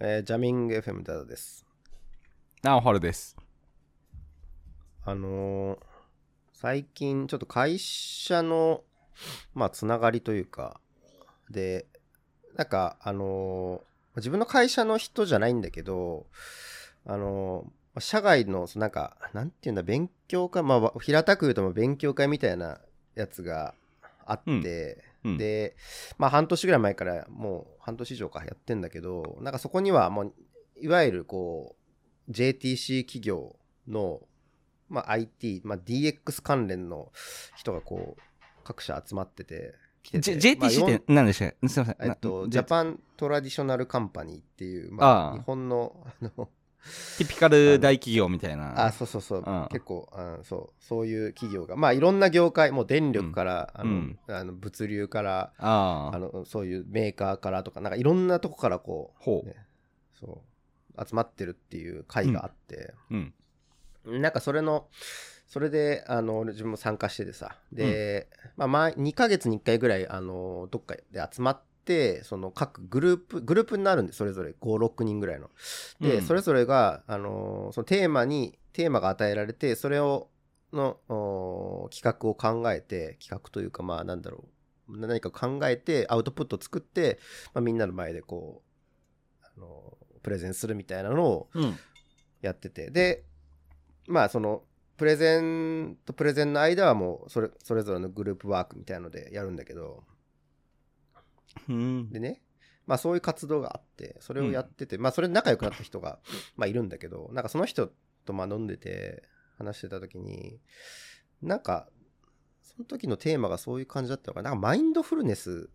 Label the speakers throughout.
Speaker 1: えージャミング FM ダダです。
Speaker 2: なおはるです。
Speaker 1: あのー最近ちょっと会社の、まあ、つながりというか、で、なんか、あのー自分の会社の人じゃないんだけど、あのー社外の、そのなんか、なんていうんだ、勉強会、まあわ、平たく言うとまあ勉強会みたいなやつがあって、
Speaker 2: うんうん、
Speaker 1: で、まあ、半年ぐらい前からもう半年以上かやってんだけどなんかそこにはもういわゆるこう JTC 企業の、まあ、IT、まあ、DX 関連の人がこう各社集まってて来てて
Speaker 2: J- JTC
Speaker 1: ま
Speaker 2: っ
Speaker 1: あ
Speaker 2: て何でしたっけすいません。
Speaker 1: えっと、ジャ
Speaker 2: ン。
Speaker 1: パントラディショナルカンパニーっていう、ま
Speaker 2: あ
Speaker 1: あ、
Speaker 2: あ
Speaker 1: 日本の、あの、
Speaker 2: ティピカル大企業みたいな。
Speaker 1: あ、そうそうそう
Speaker 2: うん、
Speaker 1: 結構、うん、そう、そういう企業が、まあ、いろんな業界、もう電力から、あ
Speaker 2: う
Speaker 1: の
Speaker 2: ん、
Speaker 1: あの物流から、
Speaker 2: あ
Speaker 1: あ
Speaker 2: あ。
Speaker 1: のそういうメーカーからとかなんかいろんなとこからこ
Speaker 2: ほ
Speaker 1: う,、ね、そう集まってるっていう会があって、
Speaker 2: う。うん。
Speaker 1: なんかそれのそれであの俺自分も参加しててさで、まあ、前2ヶ月に1回ぐらいあのどっかで集まってその各グループグループになるんでそれぞれ56人ぐらいので、
Speaker 2: うん
Speaker 1: それぞれがあのそのテーマにテーマが与えられてそれをのおー企画を考えて企画というかまあなんだろう何か考えてアウトプットを作って、まあ、みんなの前でこうあのプレゼンするみたいなのを
Speaker 2: うん。
Speaker 1: やっててでまあそのプレゼンとプレゼンの間はもうそれそれぞれのグループワークみたいなのでやるんだけど
Speaker 2: うん
Speaker 1: でねまあそういう活動があってそれをやってて、まあそれで仲良くなった人が、まあ、いるんだけどなんかその人とまあ飲んでて話してた時になんかその時のテーマがそういう感じだったのかななんかマインドフルネス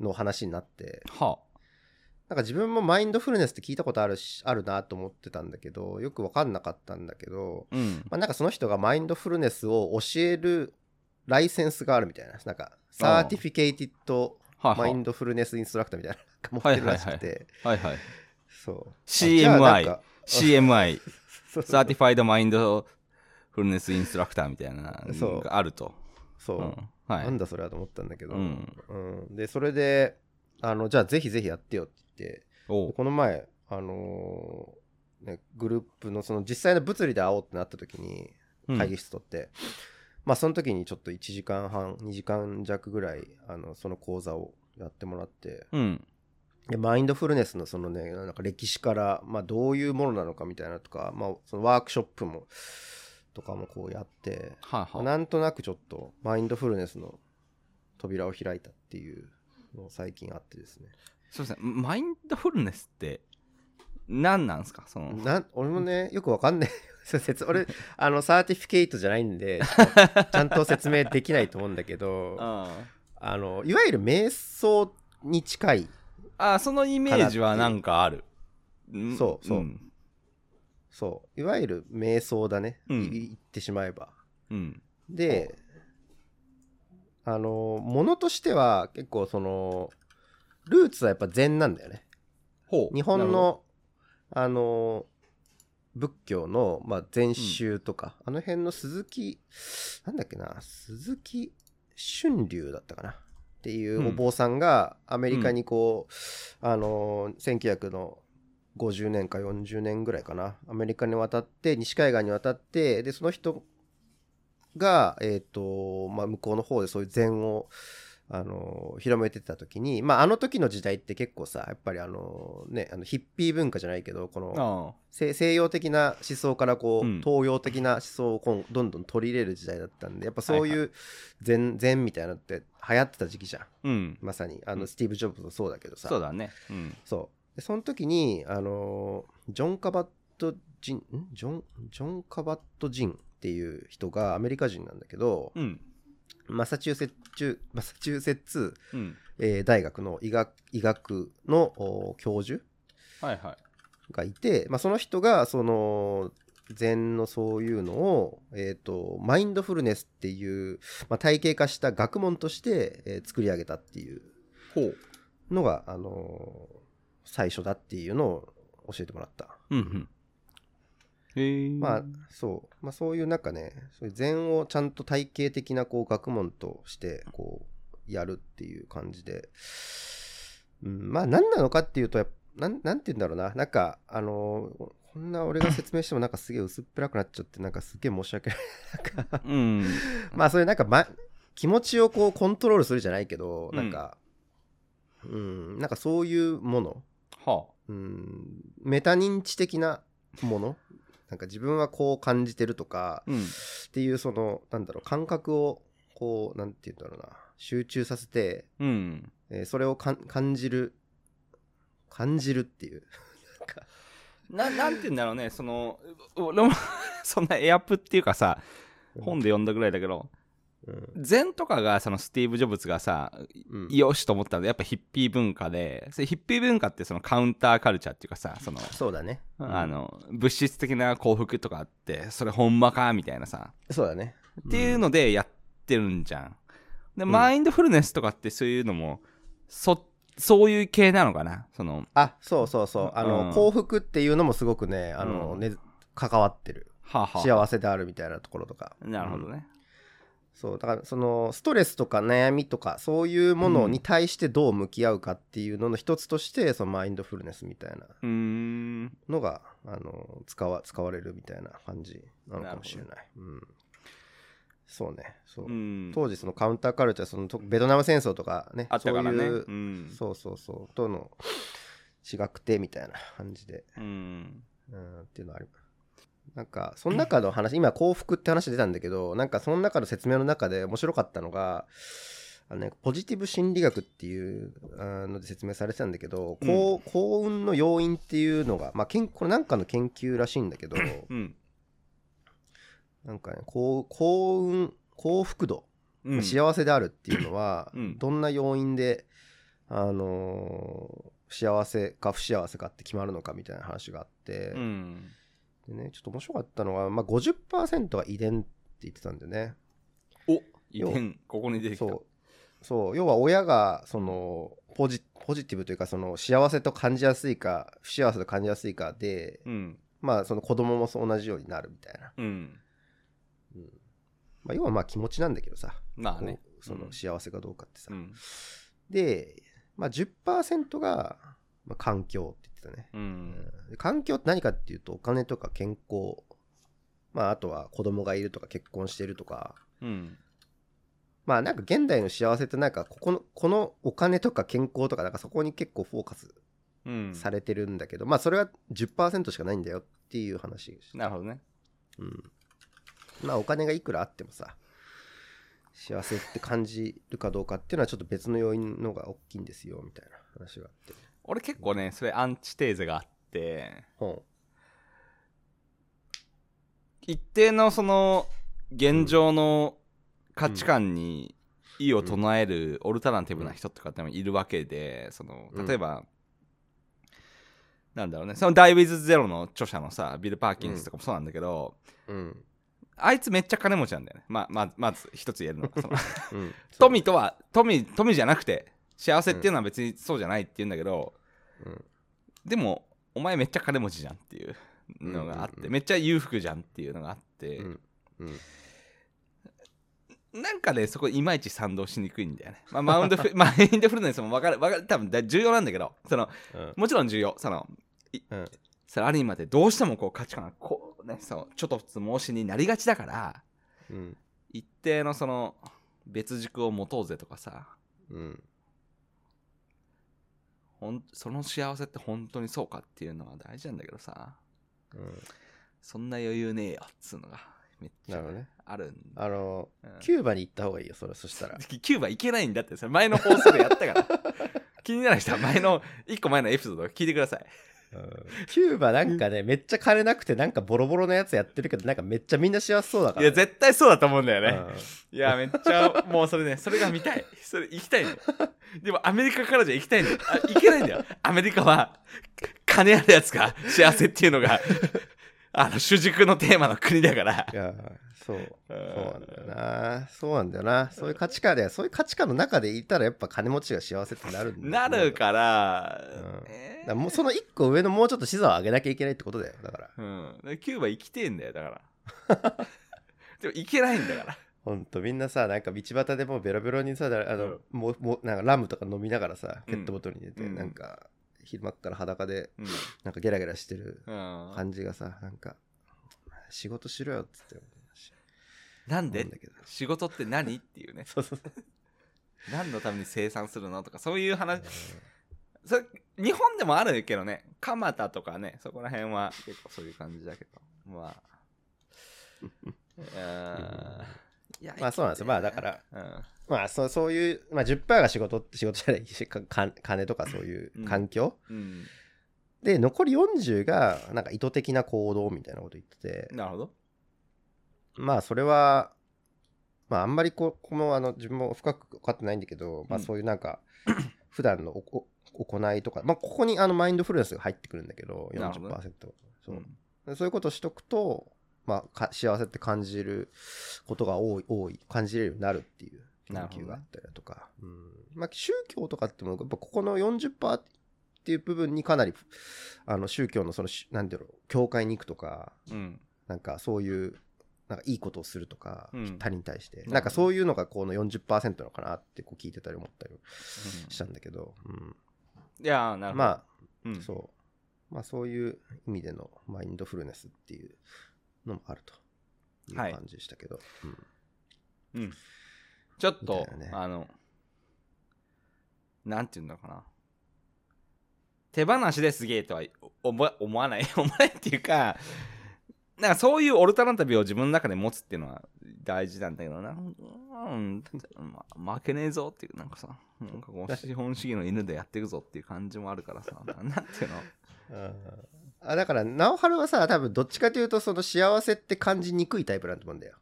Speaker 1: の話になって
Speaker 2: は
Speaker 1: なんか自分もマインドフルネスって聞いたことあるしあるなと思ってたんだけどよく分かんなかったんだけど
Speaker 2: あ。うん。
Speaker 1: まあ、なんかその人がマインドフルネスを教えるライセンスがあるみたいな、なんかサーティフィケイティッド
Speaker 2: はい
Speaker 1: マ
Speaker 2: は
Speaker 1: イ
Speaker 2: い
Speaker 1: ン。ドフルネスインストラクターみたいな、なんか持ってるらしくて、
Speaker 2: はいはい。
Speaker 1: そう。
Speaker 2: CMI
Speaker 1: あじゃあなん か
Speaker 2: CMI、
Speaker 1: そう
Speaker 2: サーティファイドマインドフルネスインストラクターみたいな
Speaker 1: そう
Speaker 2: のがあると。
Speaker 1: そう、
Speaker 2: うんは
Speaker 1: なん
Speaker 2: い。
Speaker 1: だそれはと思ったんだけど、
Speaker 2: うん。
Speaker 1: うんで、それで、あのじゃあぜひぜひやってよって言って、
Speaker 2: お
Speaker 1: で
Speaker 2: う
Speaker 1: この前、あのーね、グループのその実際の物理で会おうってなった時に、
Speaker 2: うん
Speaker 1: 会議室取って、まあその時にちょっと1時間半2時間弱ぐらいあのその講座をやってもらって
Speaker 2: うん。
Speaker 1: でマインドフルネスのそのねなんか歴史から、まあ、どういうものなのかみたいなとか、まあ、そのワークショップもとかもこうやって、
Speaker 2: はい
Speaker 1: まあ
Speaker 2: はい。
Speaker 1: なんとなくちょっとマインドフルネスの扉を開いたっていうのを最近あってですね
Speaker 2: そうですね。マインドフルネスって何なんですかその。
Speaker 1: なん俺もねよくわかんない 説俺あのサーティフィケイトじゃないん でちょっとちゃんと説明できないと思うんだけど
Speaker 2: あ
Speaker 1: あのいわゆる瞑想に近い
Speaker 2: あ、そのイメージはなんかある。ん
Speaker 1: そうそうんそういわゆる瞑想だね、
Speaker 2: うん
Speaker 1: い言ってしまえば
Speaker 2: うん。
Speaker 1: であのものとしては結構そのルーツはやっぱ禅なんだよね
Speaker 2: ほう
Speaker 1: 日本、のあの仏教の、まあ、禅宗とか、あの辺の鈴木なんだっけな鈴木春龍だったかなっていうお坊さんがアメリカにこう、あの1900の50年か40年ぐらいかなアメリカに渡って西海岸に渡ってでその人が、えーとまあ、向こうの方でそういう禅を、あのー広めてた時に、まあ、あの時の時代って結構さやっぱりあの、ね、あのヒッピー文化じゃないけどこの
Speaker 2: あ
Speaker 1: 西西洋的な思想からこう、
Speaker 2: うん
Speaker 1: 東洋的な思想をこんどんどん取り入れる時代だったんでやっぱそう
Speaker 2: はい
Speaker 1: いう禅,、禅みたいなのって流行ってた時期じゃん
Speaker 2: あうん。
Speaker 1: まさにあの、
Speaker 2: うん
Speaker 1: スティーブ・ジョブズもそうだけどさ
Speaker 2: そうだね。うん。
Speaker 1: そう。で、その時に、あのージョン・カバット・ジン、んジョン、ジョン・カバット・ジンっていう人がアメリカ人なんだけど、
Speaker 2: うん。
Speaker 1: マサチューセッツ、マサチューセッツ、
Speaker 2: うん。
Speaker 1: えー大学の医学医学のお教授
Speaker 2: はいはい。
Speaker 1: がいて、まあ、その人が、その、禅のそういうのを、えっ、と、マインドフルネスっていう、まあ、体系化した学問として、えー作り上げたっていう
Speaker 2: ほう。
Speaker 1: のが、あのー最初だっていうのを教えてもらった。
Speaker 2: うんうん。へえ。
Speaker 1: まあそう、まあ、そういうなんかねそういう禅をちゃんと体系的なこう学問としてこうやるっていう感じで、うん、まあ何なのかっていうとやっなん、なんて言うんだろうな。なんか、あのーこんな俺が説明してもなんかすげえ薄っぺらくなっちゃって、なんかすげえ申し訳ない。 なんか、
Speaker 2: うん。
Speaker 1: まあそういうなんか、ま、気持ちをこうコントロールするじゃないけど、
Speaker 2: うん
Speaker 1: なんか、うん、なんかそういうもの、
Speaker 2: は
Speaker 1: うん、メタ認知的なも の、なんか自分はこう感じてるとか
Speaker 2: あ。、うん。
Speaker 1: っていうその、なんだろう、感覚を、こう、なんて言うんだろうな、集中させて、
Speaker 2: うん。
Speaker 1: えーそれをかん感じる、感じるっていう。
Speaker 2: ななんて言うんだろうね、その、俺も そんなエアプっていうかさ、本で読んだぐらいだけど、
Speaker 1: うん、
Speaker 2: 禅とかが、そのスティーブ・ジョブズがさ、
Speaker 1: うん
Speaker 2: よしと思ったので、やっぱヒッピー文化で、それヒッピー文化ってそのカウンターカルチャーっていうかさ、その、
Speaker 1: そうだね。
Speaker 2: あの、物質的な幸福とかあって、それほんまかみたいなさ、
Speaker 1: そうだね。
Speaker 2: っていうのでやってるんじゃん。で、
Speaker 1: ん
Speaker 2: マインドフルネスとかってそういうのも、そ、そういう系なのかなその、
Speaker 1: あ、そうそうそう。あの、
Speaker 2: うん
Speaker 1: 幸福っていうのもすごくね、あの、
Speaker 2: うん
Speaker 1: ね、関わってる。
Speaker 2: はあ、はあ
Speaker 1: 幸せであるみたいなところとか。
Speaker 2: なるほど
Speaker 1: うん
Speaker 2: ね。
Speaker 1: そう、だからその、ストレスとか悩みとか、そういうものに対してどう向き合うかっていうのの一つとして、そのマインドフルネスみたいな
Speaker 2: うーん。
Speaker 1: のが、あの、使わ、使われるみたいな感じなのかもしれない。うん。そうね。そう。
Speaker 2: うん
Speaker 1: 当時そのカウンターカルチャーそのとベトナム戦争とかね
Speaker 2: あったからね。
Speaker 1: そういう
Speaker 2: う、ん。
Speaker 1: そうそうそうとの違くてみたいな感じで、
Speaker 2: うん。
Speaker 1: うん、っていうのはあるなんかその中の話今幸福って話出たんだけどなんかその中の説明の中で面白かったのがあの、ね、ポジティブ心理学っていうあので説明されてたんだけど、幸幸運の要因っていうのが、まあ、けんこれなんかの研究らしいんだけど
Speaker 2: うん。
Speaker 1: なんかね幸幸運幸福度
Speaker 2: うん。
Speaker 1: 幸せであるっていうのは、
Speaker 2: うん
Speaker 1: どんな要因で、あのー幸せか不幸せかって決まるのかみたいな話があって、
Speaker 2: うん。
Speaker 1: でね、ちょっと面白かったのが、まあ、50%が遺伝って言ってたんだよね。
Speaker 2: お遺伝、ここに出てきた。
Speaker 1: そうそう要は親がそのポジポジティブというかその幸せと感じやすいか不幸せと感じやすいかで、
Speaker 2: うん。
Speaker 1: まあ、その子供もそう同じようになるみたいな、
Speaker 2: うん。
Speaker 1: うんまあ、要はまあ気持ちなんだけどさ、
Speaker 2: まあね。
Speaker 1: こうその
Speaker 2: うん
Speaker 1: 幸せかどうかってさ、
Speaker 2: うん。
Speaker 1: で、まあ、10%が、まあ、環境って言ってたね、
Speaker 2: うん。
Speaker 1: で環境って何かっていうとお金とか健康、まあ、あとは子供がいるとか結婚してるとか
Speaker 2: うん。
Speaker 1: まあなんか現代の幸せってなんかここのこのお金とか健康とかなんかそこに結構フォーカス
Speaker 2: うん。
Speaker 1: されてるんだけど、まあそれは10%しかないんだよっていう話でした
Speaker 2: なるほどね。
Speaker 1: うん、まあお金がいくらあってもさ幸せって感じるかどうかっていうのはちょっと別の要因のが大きいんですよみたいな話があって
Speaker 2: 俺結構ね、それアンチテーゼがあって、
Speaker 1: 本
Speaker 2: 一定のその、現状の価値観に異を唱えるオルタナティブな人とかってもいるわけで、その、
Speaker 1: うん
Speaker 2: 例えば、なんだろうね、そのダイ・ウィズ・ゼロの著者のさ、ビル・パーキンスとかもそうなんだけど、
Speaker 1: うん
Speaker 2: あいつめっちゃ金持ちなんだよね。まあ、まあ、まず一つ言えるの が。その
Speaker 1: うん
Speaker 2: 富とは、富、富じゃなくて、幸せっていうのは別にそうじゃないって言うんだけど、
Speaker 1: うん
Speaker 2: でも、お前めっちゃ金持ちじゃんっていうのがあっ
Speaker 1: うんうんう
Speaker 2: て、
Speaker 1: ん
Speaker 2: めっちゃ裕福じゃんっていうのがあって
Speaker 1: う、んうん
Speaker 2: なんかね、そこいまいち賛同しにくいんだよね。まあ、マウン ドフマインドフルネスも分かる、分かる、多分だ重要なんだけど、その、
Speaker 1: うん
Speaker 2: もちろん重要。その、い
Speaker 1: うん
Speaker 2: サラリーマンってどうしてもこう価値観がこうね、そう、ちょっとつ申しになりがちだから、
Speaker 1: うん
Speaker 2: 一定のその、別軸を持とうぜとかさ、
Speaker 1: うん
Speaker 2: ほんその幸せって本当にそうかっていうのは大事なんだけどさ、
Speaker 1: うん
Speaker 2: そんな余裕ねえよっつうのが、めっち
Speaker 1: な
Speaker 2: ゃ
Speaker 1: るほどね
Speaker 2: あるんだ。
Speaker 1: あの
Speaker 2: うん
Speaker 1: キューバに行った方がいいよそれそしたら
Speaker 2: キューバ行けないんだってそれ前の放送でやったから 気になる人は前の1個前のエピソードを聞いてください
Speaker 1: キューバなんかねめっちゃ金なくてなんかボロボロなやつやってるけどなんかめっちゃみんな幸せそうだか
Speaker 2: い
Speaker 1: らね
Speaker 2: や絶対そうだと思うんだよね、
Speaker 1: うん
Speaker 2: いやめっちゃもうそれねそれが見たいそれ行きたいんだよでもアメリカからじゃ行きたいんだよあ行けないんだよアメリカは金あるやつが幸せっていうのがあの主軸のテーマの国だから
Speaker 1: いやそう
Speaker 2: う
Speaker 1: そうんなんだよなそうなんだよなそういう価値観でそういう価値観の中でいたらやっぱ金持ちが幸せってなるんだ
Speaker 2: なるから、
Speaker 1: うん
Speaker 2: ね
Speaker 1: だからもうその一個上のもうちょっと資産を上げなきゃいけないってことだよだから
Speaker 2: うん、だからキューバ行きてえんだよだから でも行けないんだから
Speaker 1: ほんとみんなさなんか道端でもうベロベロにさあの、
Speaker 2: うん
Speaker 1: もうもうなんかラムとか飲みながらさ
Speaker 2: うん
Speaker 1: ペットボトルに入れて、
Speaker 2: うん
Speaker 1: なんか昼間っから裸で
Speaker 2: うん
Speaker 1: なんかゲラゲラしてる
Speaker 2: うん
Speaker 1: 感じがさなんか仕事しろよっつって思
Speaker 2: なん
Speaker 1: うんだ
Speaker 2: で
Speaker 1: けど
Speaker 2: 仕事って何っていうね
Speaker 1: そうそうそう
Speaker 2: 何のために生産するのとかそういう話それ日本でもあるけどね蒲田とかねそこら辺は結構そういう感じだけど まあうーんいや
Speaker 1: まあそうなんですよまあだから、
Speaker 2: うん
Speaker 1: まあそうそういう、まあ、10%が仕事仕事じゃないしかか金とかそういう環境、
Speaker 2: うん、
Speaker 1: で残り40がなんか意図的な行動みたいなこと言ってて
Speaker 2: なるほど
Speaker 1: まあそれはまああんまりここのあの自分も深く分かってないんだけど、まあ
Speaker 2: うん
Speaker 1: そういうなんか 普段のおこ行いとかまあここにあのマインドフルネスが入ってくるんだけど
Speaker 2: なるほどね
Speaker 1: 40%そううんでそういうことしとくとまあか幸せって感じることが多い多い感じれるようになるっていう研
Speaker 2: なるほ
Speaker 1: 究
Speaker 2: どね
Speaker 1: があったりだとか、うんまあ宗教とかってもやっぱここの40%っていう部分にかなりあの宗教のそのしなんていうの教会に行くとか
Speaker 2: うん
Speaker 1: なんかそういうなんかいいことをするとか、
Speaker 2: うん
Speaker 1: 他人に対して
Speaker 2: うん
Speaker 1: なんかそういうのがこの40%なのかなってこう聞いてたり思ったり
Speaker 2: うん
Speaker 1: したんだけど、うん
Speaker 2: いやーなるほど、
Speaker 1: まあ
Speaker 2: うん
Speaker 1: そうまあそういう意味でのマインドフルネスっていうのもあるという
Speaker 2: はい
Speaker 1: 感じでしたけど、うん
Speaker 2: うん、ちょっ
Speaker 1: み
Speaker 2: と
Speaker 1: たいなね
Speaker 2: あのなんて言うんだろうかな手放しですげえとは思わ思わない 思わないっていうかなんかそういうオルタナビを自分の中で持つっていうのは大事なんだけどな、うん、ま負けねえぞっていうなんかさなんかこう資本主義の犬でやっていくぞっていう感じもあるからさなんていうの
Speaker 1: あだから直春はさ多分どっちかというとその幸せって感じにくいタイプなんだと思うんだよ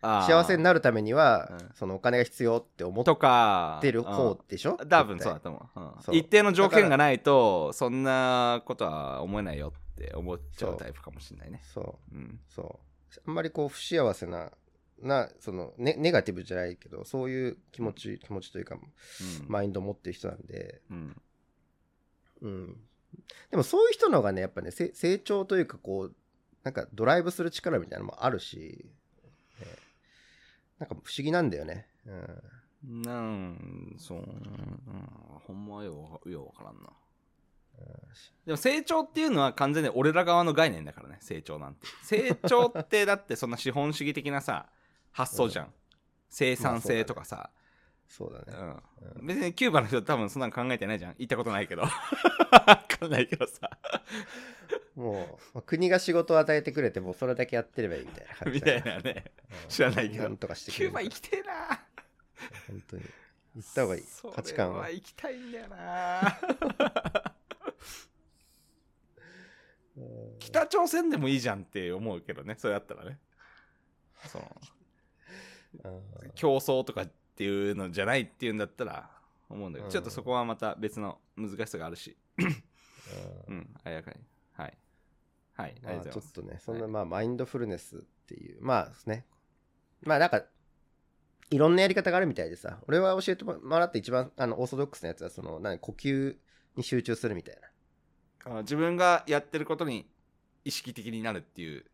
Speaker 2: あー
Speaker 1: 幸せになるためには、
Speaker 2: うん
Speaker 1: そのお金が必要って思っ
Speaker 2: とか
Speaker 1: てる
Speaker 2: うん
Speaker 1: 方でしょ
Speaker 2: 多分そうだ
Speaker 1: 絶
Speaker 2: と思う,、うん
Speaker 1: そう
Speaker 2: 一定の条件がないとそんなことは思えないよって思っちゃ
Speaker 1: そう
Speaker 2: うタイプかもしれないね
Speaker 1: 対そう
Speaker 2: うん
Speaker 1: そう。あんまりこう不幸せな、な、そのネ、ネガティブじゃないけど、そういう気持ち、気持ちというか、
Speaker 2: うん
Speaker 1: マインドを持ってる人なんで、
Speaker 2: うん
Speaker 1: うん。でもそういう人の方がね、やっぱね、せ成長というか、こう、なんかドライブする力みたいなのもあるし、ねなんか不思議なんだよね。うん。
Speaker 2: なんそう、うん、ほんまようようわからんなでも成長っていうのは完全に俺ら側の概念だからね成長 なんて成長ってだってそんな資本主義的なさ発想じゃん、生産性とかさ、
Speaker 1: そうだね。
Speaker 2: うん別にキューバの人多分そんなの考えてないじゃん行ったこと ないけどわかんないけどさ
Speaker 1: もう、まあ国が仕事を与えてくれて、もうそれだけやってればいいみたいな感じ
Speaker 2: み
Speaker 1: だ
Speaker 2: た
Speaker 1: よ
Speaker 2: いなね
Speaker 1: うん
Speaker 2: 知らないけど
Speaker 1: なんとかしてく
Speaker 2: キ
Speaker 1: れ
Speaker 2: ュ
Speaker 1: るか
Speaker 2: ーバ
Speaker 1: ら。
Speaker 2: 行きてえな
Speaker 1: 本当に。行った方がいい。価値観
Speaker 2: それ
Speaker 1: は
Speaker 2: は。行きたいんだ よな
Speaker 1: うん
Speaker 2: 北朝鮮でもいいじゃんって思うけどねそれだったらねその
Speaker 1: うん
Speaker 2: 競争とかっていうのじゃないっていうんだったら思うんだけど、
Speaker 1: うん
Speaker 2: ちょっとそこはまた別の難しさがあるし
Speaker 1: うん
Speaker 2: うんあやかにはいはいあり
Speaker 1: ま
Speaker 2: が
Speaker 1: あ、
Speaker 2: と
Speaker 1: ちょ
Speaker 2: うござい
Speaker 1: っとね、そんなまあマインドフルネスっていう、まあですね、まあなんか、いろんなやり方があるみたいでさ、俺は教えてもらって一番あのオーソドックスなやつは、その、何、呼吸に集中するみたい
Speaker 2: ますあ自分がやってることに意識的になるっていう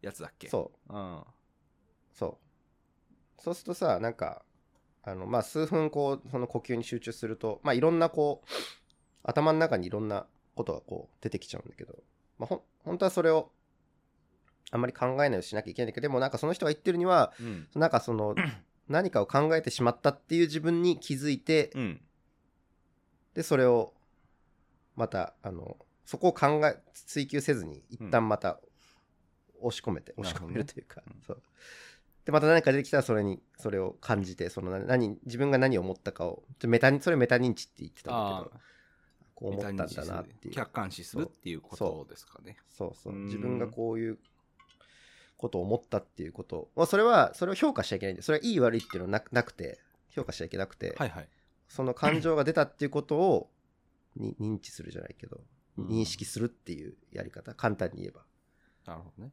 Speaker 2: やつだっけ
Speaker 1: な。そう、
Speaker 2: う、うん、
Speaker 1: そう。そうするとさ、なんか、あの、まあ数分こう、その呼吸に集中すると、まあいろんなこう、頭の中にいろんなことがこう出てきちゃうんだけど、まあほん、本当はそれを、あんまり考えないようにしなきゃいけないんだけど、でもなんかその人が言ってるには、
Speaker 2: うん
Speaker 1: なんかその何かを考えてしまったっていう自分に気づいて、
Speaker 2: うん
Speaker 1: でそれをまたあのそこを考え追求せずに一旦また押し込めて、
Speaker 2: な
Speaker 1: 押
Speaker 2: る
Speaker 1: し
Speaker 2: ほ
Speaker 1: 込
Speaker 2: どね
Speaker 1: めるというか、
Speaker 2: うん
Speaker 1: そうでまた何か出てきたらそれにそれを感じてその何何自分が何を思ったかをちょメタそれメタ認知って言ってたんだけどこう思ったんだなっていう
Speaker 2: 客観視するっていうことですかね
Speaker 1: そうそう
Speaker 2: うーん
Speaker 1: 自分がこういうことを思ったっていうこと、まあ、それはそれを評価しちゃいけないんでそれはいい悪いっていうのはなくなくて評価しちゃいけなくて、
Speaker 2: はいはい
Speaker 1: その感情が出たっていうことをに認知するじゃないけど
Speaker 2: うん
Speaker 1: 認識するっていうやり方簡単に言えば
Speaker 2: なるほどね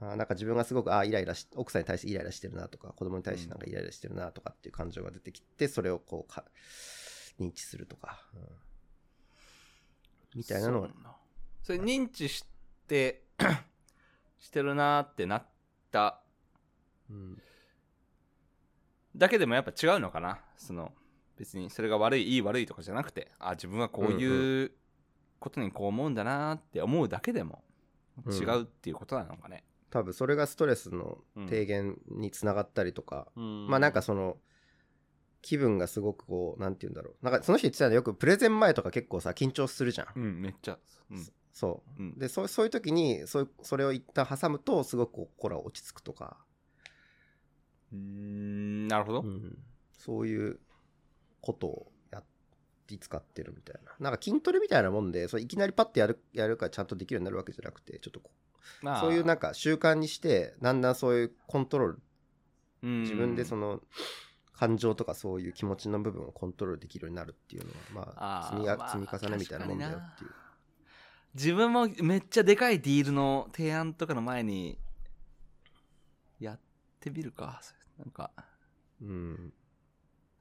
Speaker 1: あーなんか自分がすごくあーイライラし奥さんに対してイライラしてるなとか子供に対してなんかイライラしてるなとかっていう感情が出てきてそれをこうか認知するとか、うんみたいなのは
Speaker 2: そうだそれ認知して してるなーってなった
Speaker 1: うん
Speaker 2: だけでもやっぱ違うのかなその別にそれが悪いいい悪いとかじゃなくてあ自分はこう
Speaker 1: うん
Speaker 2: いうことにこう思うんだなーって思うだけでも
Speaker 1: うん
Speaker 2: 違うっていうことなのかね。
Speaker 1: 多分それがストレスの低減につながったりとか、ま
Speaker 2: ま
Speaker 1: あなんかその気分がすごくこうなんて言うんだろうなんかその人言ってたのよくプレゼン前とか結構さ緊張するじゃん、
Speaker 2: うん、めっちゃ。うん、
Speaker 1: そううんでそうそういう時にそうそれを一旦挟むとすごくこう心は落ち着くとか、
Speaker 2: うーんなるほど。
Speaker 1: うん、そういうことをやって使ってるみたいななんか筋トレみたいなもんでそれいきなりパッてやるやるからちゃんとできるようになるわけじゃなくてちょっとこう
Speaker 2: まあ
Speaker 1: そういうなんか習慣にしてだんだんそういうコントロール
Speaker 2: うん
Speaker 1: 自分でその感情とかそういう気持ちの部分をコントロールできるようになるっていうのはまあ
Speaker 2: あー
Speaker 1: 積みや
Speaker 2: まあ
Speaker 1: 積み重ねみたいなもんだよっていう
Speaker 2: 自分もめっちゃでかいディールの提案とかの前にやってみるか。なんか、
Speaker 1: うん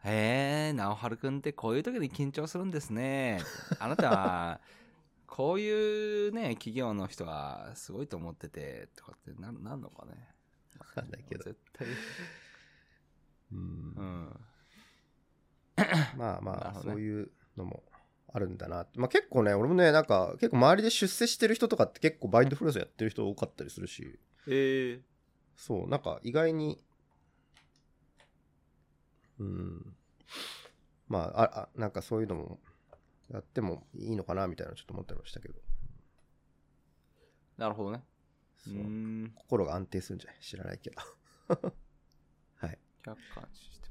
Speaker 2: へえ、直春くんってこういう時に緊張するんですね。あなた は、こういうね、企業の人はすごいと思ってて、とかってななんのかね。わ
Speaker 1: かんないけど
Speaker 2: 絶対。
Speaker 1: うん
Speaker 2: うん。
Speaker 1: まあ
Speaker 2: な
Speaker 1: ま
Speaker 2: る
Speaker 1: あ
Speaker 2: ほど
Speaker 1: そ
Speaker 2: ね
Speaker 1: ういうのもあるんだなってまあ結構ね俺もねなんか結構周りで出世してる人とかって結構バインドフルネスやってる人多かったりするし
Speaker 2: え
Speaker 1: そうなんか意外にうんまあああなんかそういうのもやってもいいのかなみたいなのちょっと思ってましたけど
Speaker 2: なるほどね。う
Speaker 1: そ
Speaker 2: ー。
Speaker 1: うん心が安定するんじゃない知らないけど はい
Speaker 2: 客観視して。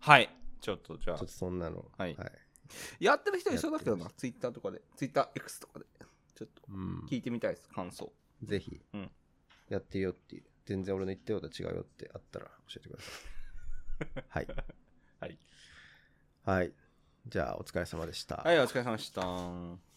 Speaker 2: はい。ちょっとじゃ
Speaker 1: ちょっとそんなの
Speaker 2: はい
Speaker 1: はい、
Speaker 2: やってる人いそうだけど
Speaker 1: や
Speaker 2: な
Speaker 1: っ。
Speaker 2: ツイッターとかで。ツイッター X とかで。ちょっと
Speaker 1: うん
Speaker 2: 聞いてみたいです。感想。
Speaker 1: ぜひ
Speaker 2: うん
Speaker 1: やってよっていう全然俺の言ったようと違うよってあったら教えてくだ さい
Speaker 2: はい。
Speaker 1: はいはいじゃあお疲れ様でした
Speaker 2: はい、お疲れ様でした。